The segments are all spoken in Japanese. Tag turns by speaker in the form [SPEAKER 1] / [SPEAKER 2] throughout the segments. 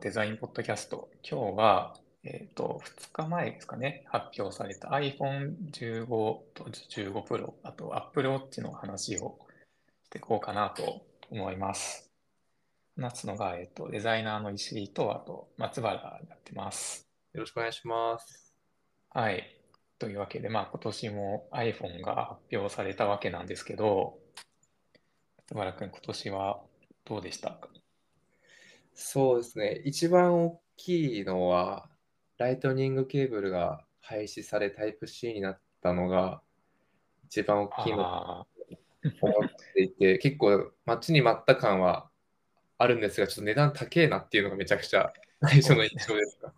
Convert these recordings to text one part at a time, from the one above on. [SPEAKER 1] デザインポッドキャスト。今日は、えっ、と、2日前ですかね、発表された iPhone15 と15 Pro、あと Apple Watch の話をしていこうかなと思います。話すのが、えっ、と、デザイナーの石井と、あと松原になってます。
[SPEAKER 2] よろしくお願いします。
[SPEAKER 1] はい。というわけで、まあ、今年も iPhone が発表されたわけなんですけど、松原君、今年はどうでしたか
[SPEAKER 2] そうですね。一番大きいのは、ライトニングケーブルが廃止され、タイプ C になったのが、一番大きいのと
[SPEAKER 1] あ
[SPEAKER 2] 思っていて、結構待ちに待った感はあるんですが、ちょっと値段高えなっていうのがめちゃくちゃ最初の印象です か。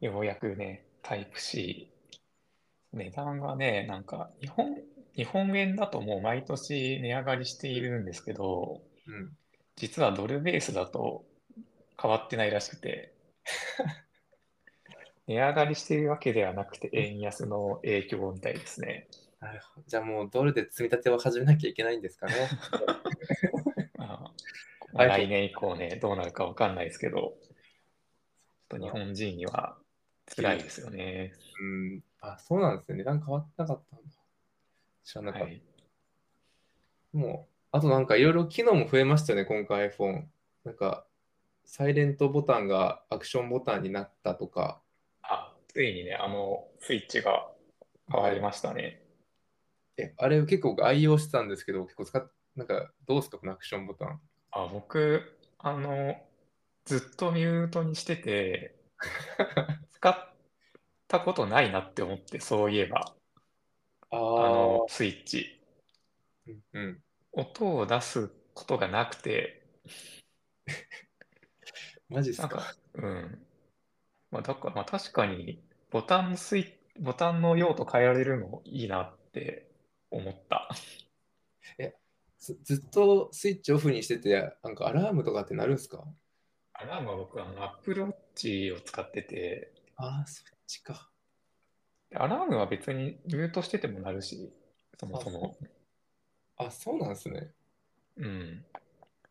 [SPEAKER 1] ーようやくね、タイプ C。値段がね、なんか、日本、日本円だともう毎年値上がりしているんですけど、
[SPEAKER 2] うん。
[SPEAKER 1] 実はドルベースだと変わってないらしくて、 値上がりしているわけではなくて、円安の影響みたいですね。
[SPEAKER 2] なるほど。じゃあもうドルで積み立てを始めなきゃいけないんですかね。
[SPEAKER 1] あー
[SPEAKER 2] はい
[SPEAKER 1] 来年以降ね、どうなるかわかんないですけど、ちょっと日本人には辛いですよね。
[SPEAKER 2] うん。あ、そうなんですね。値段変わってなかったんだ。知らな
[SPEAKER 1] は
[SPEAKER 2] かった。
[SPEAKER 1] い。
[SPEAKER 2] もう、あとなんかいろいろ機能も増えましたよね、今回 iPhone。なんか、サイレントボタンがアクションボタンになったとか、
[SPEAKER 1] あ、ついにね、あの、スイッチが変わりましたね。
[SPEAKER 2] え、あれ結構愛用してたんですけど、結構使っ、なんかどうですか、このアクションボタン。
[SPEAKER 1] あ、僕、あの、ずっとミュートにしてて、 使ったことないなって思って、そういえば、
[SPEAKER 2] あ
[SPEAKER 1] あ
[SPEAKER 2] ー
[SPEAKER 1] の、スイッチ。
[SPEAKER 2] うんうん。
[SPEAKER 1] 音を出すことがなくて、
[SPEAKER 2] マジっす
[SPEAKER 1] なん
[SPEAKER 2] か。
[SPEAKER 1] か、うん。まあ、だから、まあ、確かに、ボタンスイッ、ボタンの用途変えられるのいいなって思った。
[SPEAKER 2] ず、ずっとスイッチオフにしてて、なんかアラームとかってなるんですか
[SPEAKER 1] アラームは僕、あの、Apple Watch を使ってて、
[SPEAKER 2] ああ、そっちか。
[SPEAKER 1] でアラームは別にミュートしててもなるし、そもそも。
[SPEAKER 2] あ、そうなんですね。
[SPEAKER 1] うん。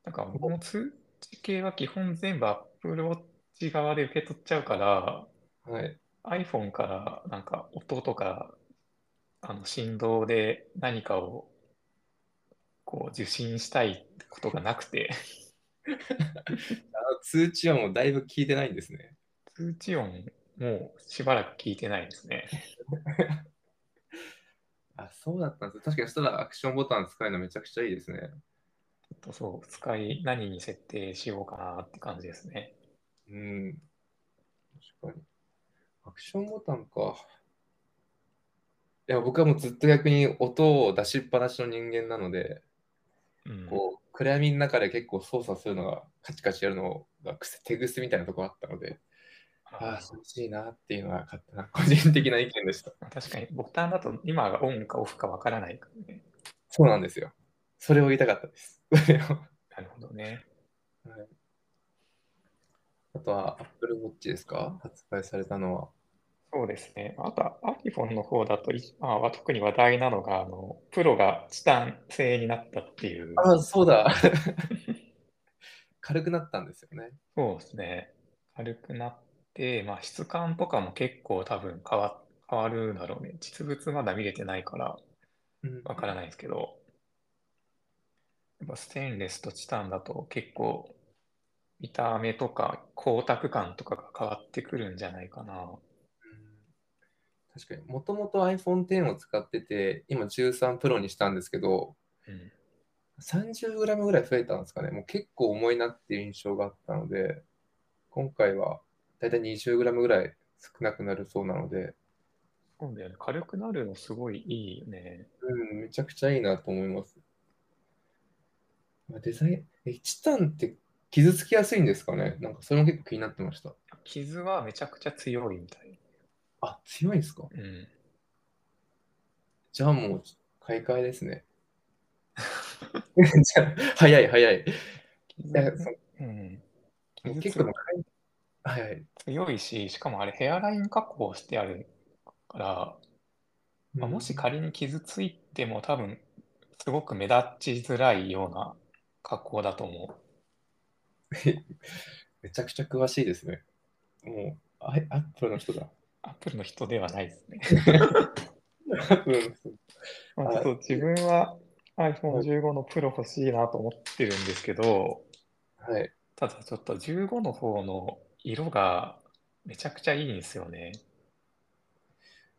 [SPEAKER 1] なんか、僕も通知系は基本全部 Apple Watch 側で受け取っちゃうから、
[SPEAKER 2] はい。
[SPEAKER 1] iPhone からなんか音とかあの振動で何かをこう受信したいことがなくて
[SPEAKER 2] あの通知はもうだいぶ効いてないんですね。
[SPEAKER 1] 通知音もうしばらく聞いてないですね。
[SPEAKER 2] あ、そうだったんです。確かにそしたらアクションボタン使えるのめちゃくちゃいいですね。
[SPEAKER 1] ちょっとそう、使い何に設定しようかなって感じですね。
[SPEAKER 2] うん。確かに。アクションボタンか。いや、僕はもうずっと逆に音を出しっぱなしの人間なので、
[SPEAKER 1] うん、
[SPEAKER 2] こう、暗闇の中で結構操作するのが、カチカチやるのが癖手癖みたいなとこあったので、ああ、寂しいなっていうのは勝手な、 個人的な意見でした。
[SPEAKER 1] まあ確かにボタンだと今がオンかオフかわからないからね。
[SPEAKER 2] そうなんですよ。それを言いたかったです。 それを
[SPEAKER 1] なるほどね。
[SPEAKER 2] あとは、Apple Watch ですか発売されたのは。
[SPEAKER 1] そうですね。あとは iPhone の方だと、いまあ、特に話題なのが、あの、プロがチタン製になったっていう。
[SPEAKER 2] ああ、そうだ。 軽くなったんですよね。
[SPEAKER 1] そうですね。軽くなって、まあ、質感とかも結構多分変わ、変わるだろうね。実物まだ見れてないから
[SPEAKER 2] うん
[SPEAKER 1] わからないですけど、やっぱステンレスとチタンだと結構見た目とか光沢感とかが変わってくるんじゃないかな。
[SPEAKER 2] 確かにもともと iPhone X を使ってて今13 Pro にしたんですけど
[SPEAKER 1] うん。
[SPEAKER 2] 30g ぐらい増えたんですかねもう結構重いなっていう印象があったので今回はだいたい 20g ぐらい少なくなるそうなので、
[SPEAKER 1] そうだよね。軽くなるのすごいいいよね。
[SPEAKER 2] うん、めちゃくちゃいいなと思いますまあデザインえチタンって傷つきやすいんですかねなんかそれも結構気になってました
[SPEAKER 1] 傷はめちゃくちゃ強いみたい。
[SPEAKER 2] あ強いんですか
[SPEAKER 1] うん。
[SPEAKER 2] じゃあもう買い替えですね じゃあ早い早いいやそ
[SPEAKER 1] うん。
[SPEAKER 2] も
[SPEAKER 1] 傷
[SPEAKER 2] う結
[SPEAKER 1] つ
[SPEAKER 2] 構でもかいはいはい。
[SPEAKER 1] 強いし、しかもあれヘアライン加工してあるから、まあ、もし仮に傷ついても多分すごく目立ちづらいような加工だと思う。
[SPEAKER 2] めちゃくちゃ詳しいですね。もう、あアップルの人だ。
[SPEAKER 1] アップルの人ではないですね。
[SPEAKER 2] アップルの人。
[SPEAKER 1] まあ
[SPEAKER 2] はい
[SPEAKER 1] ちょっと自分は iPhone15 のプロ欲しいなと思ってるんですけど、
[SPEAKER 2] はい。
[SPEAKER 1] ただちょっと15の方の色がめちゃくちゃいいんですよね。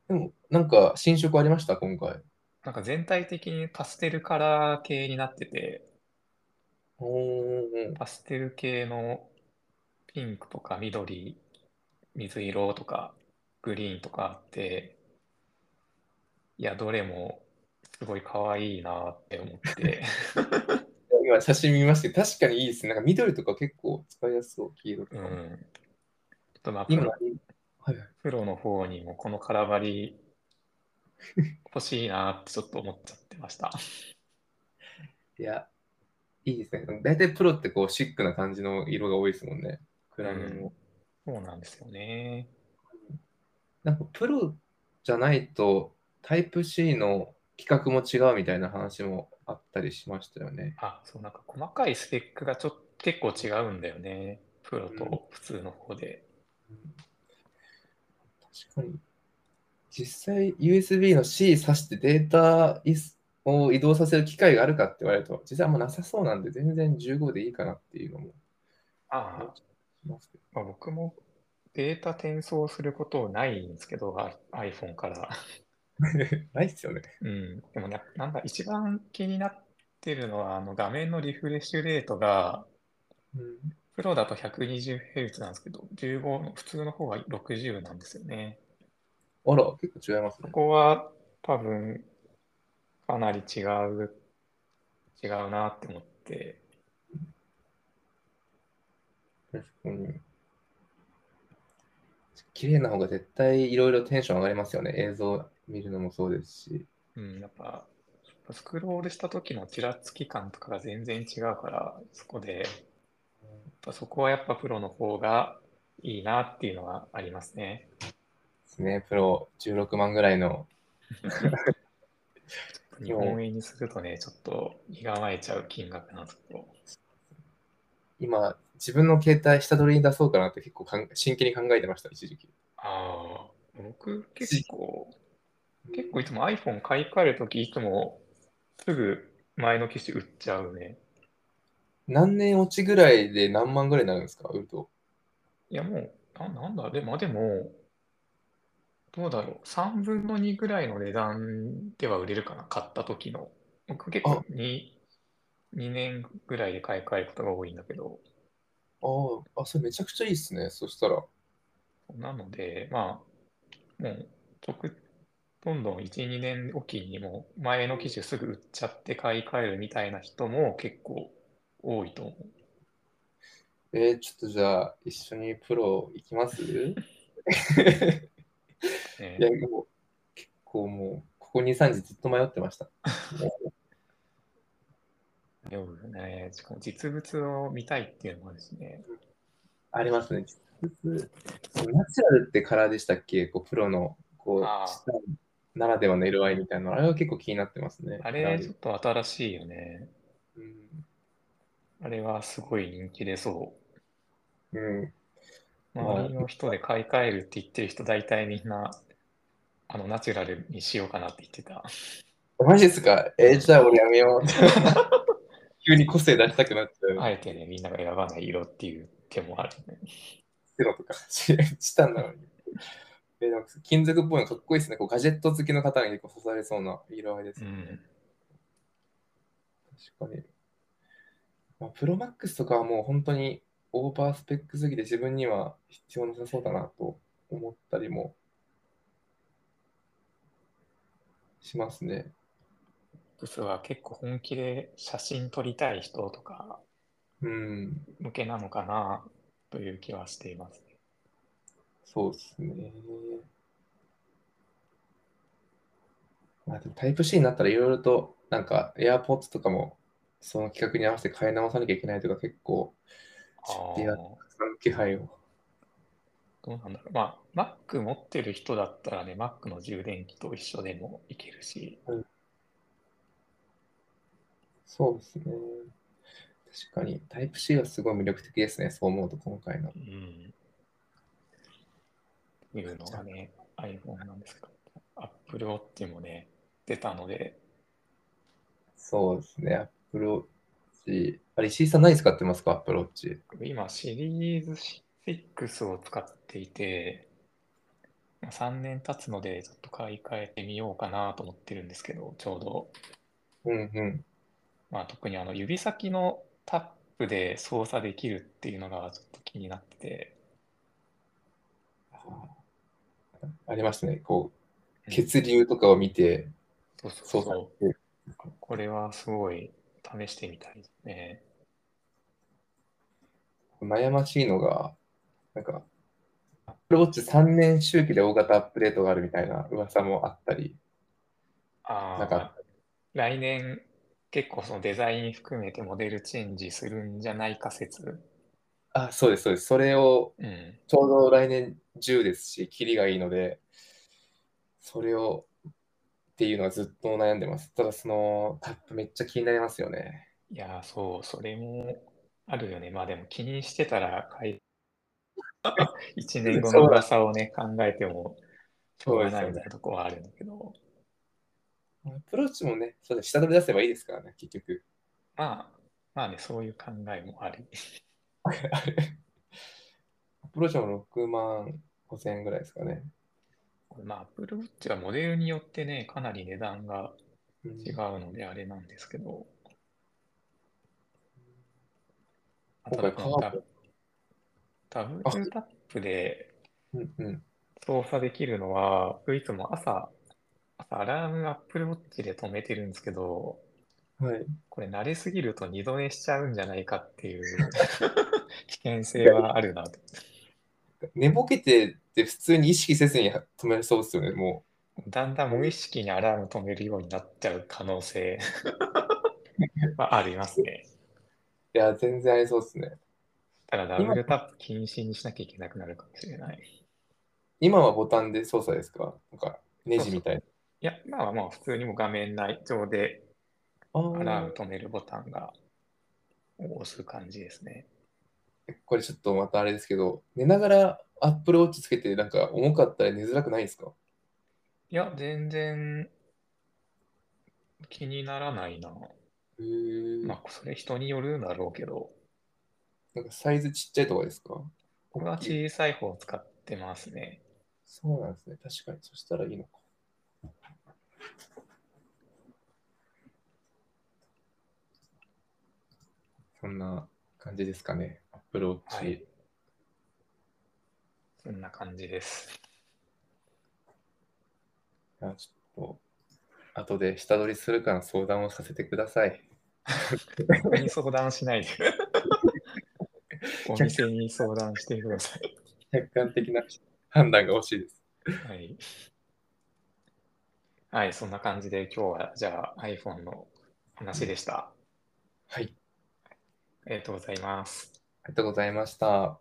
[SPEAKER 2] でも、なんか、新色ありました、今回。
[SPEAKER 1] なんか全体的にパステルカラー系になってて、
[SPEAKER 2] おー
[SPEAKER 1] パステル系のピンクとか緑、水色とかグリーンとかあって、いや、どれもすごい可愛いなって思って、
[SPEAKER 2] 今、写真見ましたけど、確かにいいですね。なんか、緑とか結構使いやすそう、黄色と
[SPEAKER 1] う
[SPEAKER 2] かも。
[SPEAKER 1] ん。ちょっとまあプ
[SPEAKER 2] 今、
[SPEAKER 1] ロ
[SPEAKER 2] はいはい。
[SPEAKER 1] プロの方にもこのカラバリ欲しいなってちょっと思っちゃってました。
[SPEAKER 2] いや、いいですね。大体プロってこうシックな感じの色が多いですもんね。暗めも。
[SPEAKER 1] そうなんですよね。
[SPEAKER 2] なんかプロじゃないとタイプ C の規格も違うみたいな話もあったりしましたよね。
[SPEAKER 1] あ、そう、なんか細かいスペックがちょっと結構違うんだよね。プロと普通の方で。
[SPEAKER 2] 確かに。実際 USB の C 挿してデータを移動させる機会があるかって言われると、実はあんまなさそうなんで、全然15でいいかなっていうのも
[SPEAKER 1] ああ、
[SPEAKER 2] しますけど。
[SPEAKER 1] まあ、僕もデータ転送することないんですけど、I- iPhone から。
[SPEAKER 2] ないっすよね。
[SPEAKER 1] うん。でもな、なんか一番気になってるのは、あの画面のリフレッシュレートが、
[SPEAKER 2] うん
[SPEAKER 1] プロだと 120Hz なんですけど、15の普通の方が60なんですよね。
[SPEAKER 2] あら、結構違います
[SPEAKER 1] こ
[SPEAKER 2] ね。
[SPEAKER 1] こは多分かなり違う、違うなって思って、
[SPEAKER 2] 確かに。綺麗な方が絶対いろいろテンション上がりますよね。映像見るのもそうですし。
[SPEAKER 1] うん、やっぱスクロールした時のちらつき感とかが全然違うから、そこで、やっぱそこはやっぱプロの方がいいなっていうのはありますね。
[SPEAKER 2] ですね、プロ16万ぐらいの。
[SPEAKER 1] 日本円にするとね、ちょっと身構えちゃう金額なんですけど、
[SPEAKER 2] 今、自分の携帯下取りに出そうかなって結構かん真剣に考えてました、一時期。
[SPEAKER 1] ああ、僕結構、結構いつも iPhone 買い替えるとき、いつもすぐ前の機種売っちゃうね。
[SPEAKER 2] 何年落ちぐらいで何万ぐらいになるんですか、売ると。
[SPEAKER 1] いやもう、な、なんだ、でも、でも、どうだろう、3分の2ぐらいの値段では売れるかな、買った時の。僕結構2、2年ぐらいで買い替えることが多いんだけど、
[SPEAKER 2] ああ、あ、それめちゃくちゃいいですね。そしたら。
[SPEAKER 1] なので、まあ、もう、直、どんどん1、2年おきにもう前の機種すぐ売っちゃって買い替えるみたいな人も結構多いと思う。
[SPEAKER 2] えーちょっとじゃあ、一緒にプロ行きますい
[SPEAKER 1] ね
[SPEAKER 2] や、もう、結構もう、ここ2、3日ずっと迷ってました。
[SPEAKER 1] 迷うね。しかも実物を見たいっていうのもあるしね。
[SPEAKER 2] ありますね。ナチュラルってカラーでしたっけこうプロのこう
[SPEAKER 1] あー
[SPEAKER 2] チタンならではの色合いみたいなの。あれは結構気になってますね。
[SPEAKER 1] あ
[SPEAKER 2] カラ
[SPEAKER 1] れ、
[SPEAKER 2] ー
[SPEAKER 1] ち
[SPEAKER 2] で
[SPEAKER 1] ょっと新しいよね。あれはすごい人気出そ
[SPEAKER 2] うん。うん
[SPEAKER 1] う。
[SPEAKER 2] はい
[SPEAKER 1] 周りの人で買い替えるって言ってる人、大体みんな、あの、ナチュラルにしようかなって言ってた。
[SPEAKER 2] マジですかえーじゃあ俺や めよう。急に個性出したくなっちゃう。
[SPEAKER 1] あえてね、みんなが選ばない色っていう手もあるね。
[SPEAKER 2] 白とかチタンなのに。えーなんか金属っぽいのかっこいいですね。こうガジェット好きの方に結構刺されそうな色合いで
[SPEAKER 1] う。
[SPEAKER 2] す
[SPEAKER 1] ん。
[SPEAKER 2] 確かに。まあ、プロマックスとかはもう本当にオーバースペックすぎて自分には必要なさそうだなと思ったりもしますね。
[SPEAKER 1] ブスは結構本気で写真撮りたい人とか
[SPEAKER 2] うん、
[SPEAKER 1] 向けなのかなという気はしています。
[SPEAKER 2] そうですね。まあでもタイプ C になったらいろいろとなんか AirPods とかもその企画に合わせて買い直さなきゃいけないとか結構
[SPEAKER 1] あ
[SPEAKER 2] いや
[SPEAKER 1] ー
[SPEAKER 2] その気配を。
[SPEAKER 1] どうなんだろう。まあ、Mac 持ってる人だったらね、Mac の充電器と一緒でもいけるし、
[SPEAKER 2] そうですね。確かに、タイプ C はすごい魅力的ですね。そう思うと、今回の。
[SPEAKER 1] うん。いうのがね、iPhone なんですけど、Apple Watch もね、出たので、
[SPEAKER 2] そうですね、Apple Watch。あれ、石井さん何使ってますか、Apple Watch。
[SPEAKER 1] 今シリーズ6を使っていて、3年経つので、ちょっと買い替えてみようかなと思ってるんですけど、ちょうど。
[SPEAKER 2] うんうん。
[SPEAKER 1] まあ、特にあの指先のタップで操作できるっていうのがちょっと気になってて、
[SPEAKER 2] ありましたね。こう、血流とかを見て、
[SPEAKER 1] そうそ
[SPEAKER 2] そうう
[SPEAKER 1] そ
[SPEAKER 2] そう
[SPEAKER 1] う。これはすごい試してみたいですね。
[SPEAKER 2] 悩ましいのが、なんか、Apple Watch 3年周期で大型アップデートがあるみたいな噂もあったり、
[SPEAKER 1] あ
[SPEAKER 2] な
[SPEAKER 1] あ
[SPEAKER 2] んか、
[SPEAKER 1] 来年結構そのデザイン含めてモデルチェンジするんじゃないか説。
[SPEAKER 2] あ、そうです、そうです。それを、
[SPEAKER 1] うん。
[SPEAKER 2] ちょうど来年10ですし、キリがいいので、それをっていうのはずっと悩んでます。ただ、そのタップめっちゃ気になりますよね。
[SPEAKER 1] いやー、そう、それもあるよね。まあでも気にしてたら買い、1年後の噂をね、考えてもしょうがないみたいなとこはあるんだけど、
[SPEAKER 2] アプローチもね、そうだ、下取り出せばいいですからね、結局。
[SPEAKER 1] まあ、まあね、そういう考えもあり。
[SPEAKER 2] アプローチも6万5千円ぐらいですかね。
[SPEAKER 1] まあ、Apple Watch はモデルによってね、かなり値段が
[SPEAKER 2] うん
[SPEAKER 1] 違うのであれなんですけど、あただ
[SPEAKER 2] 今回
[SPEAKER 1] この
[SPEAKER 2] カーブ
[SPEAKER 1] ダブ
[SPEAKER 2] あ
[SPEAKER 1] ルタップで、
[SPEAKER 2] うんうん。
[SPEAKER 1] 操作できるのは、僕いつも朝、朝アラームアップルウォッチで止めてるんですけど、
[SPEAKER 2] はい。
[SPEAKER 1] これ慣れすぎると二度寝しちゃうんじゃないかって いう危険性はあるなと。
[SPEAKER 2] 寝ぼけてって普通に意識せずに止めれそうですよね、も
[SPEAKER 1] だんだん無意識にアラーム止めるようになっちゃう可能性 はありますね。
[SPEAKER 2] う。いや、全然ありそうですね。
[SPEAKER 1] ただダブルタップ禁止にしなきゃいけなくなるかもしれない。
[SPEAKER 2] 今はボタンで操作ですかなんか、ネジみたいな。
[SPEAKER 1] いや、まあまあ普通にもう画面内上で
[SPEAKER 2] あ
[SPEAKER 1] ア
[SPEAKER 2] ー
[SPEAKER 1] ラーム止めるボタンが押す感じですね。
[SPEAKER 2] これちょっとまたあれですけど、寝ながらアップルウォッチつけて、なんか重かったら寝づらくないですか
[SPEAKER 1] いや、全然気にならないな。
[SPEAKER 2] へー
[SPEAKER 1] まあ、それ人によるんだろうけど、
[SPEAKER 2] なんかサイズちっちゃいとかですか
[SPEAKER 1] 僕は
[SPEAKER 2] 大きい
[SPEAKER 1] 小さい方を使ってますね。
[SPEAKER 2] そうなんですね。確かに。そしたらいいのか。そんな感じですかね。アップルウォッチ。
[SPEAKER 1] はいそんな感じです。
[SPEAKER 2] あちょっと、後で下取りするかの相談をさせてください。
[SPEAKER 1] 僕に相談しないで。お店に相談してください。
[SPEAKER 2] 客観的な判断が欲しいです。
[SPEAKER 1] はい。はい、そんな感じで今日はじゃあ iPhone の話でした。
[SPEAKER 2] はい。
[SPEAKER 1] ありがとうございます。
[SPEAKER 2] ありがとうございました。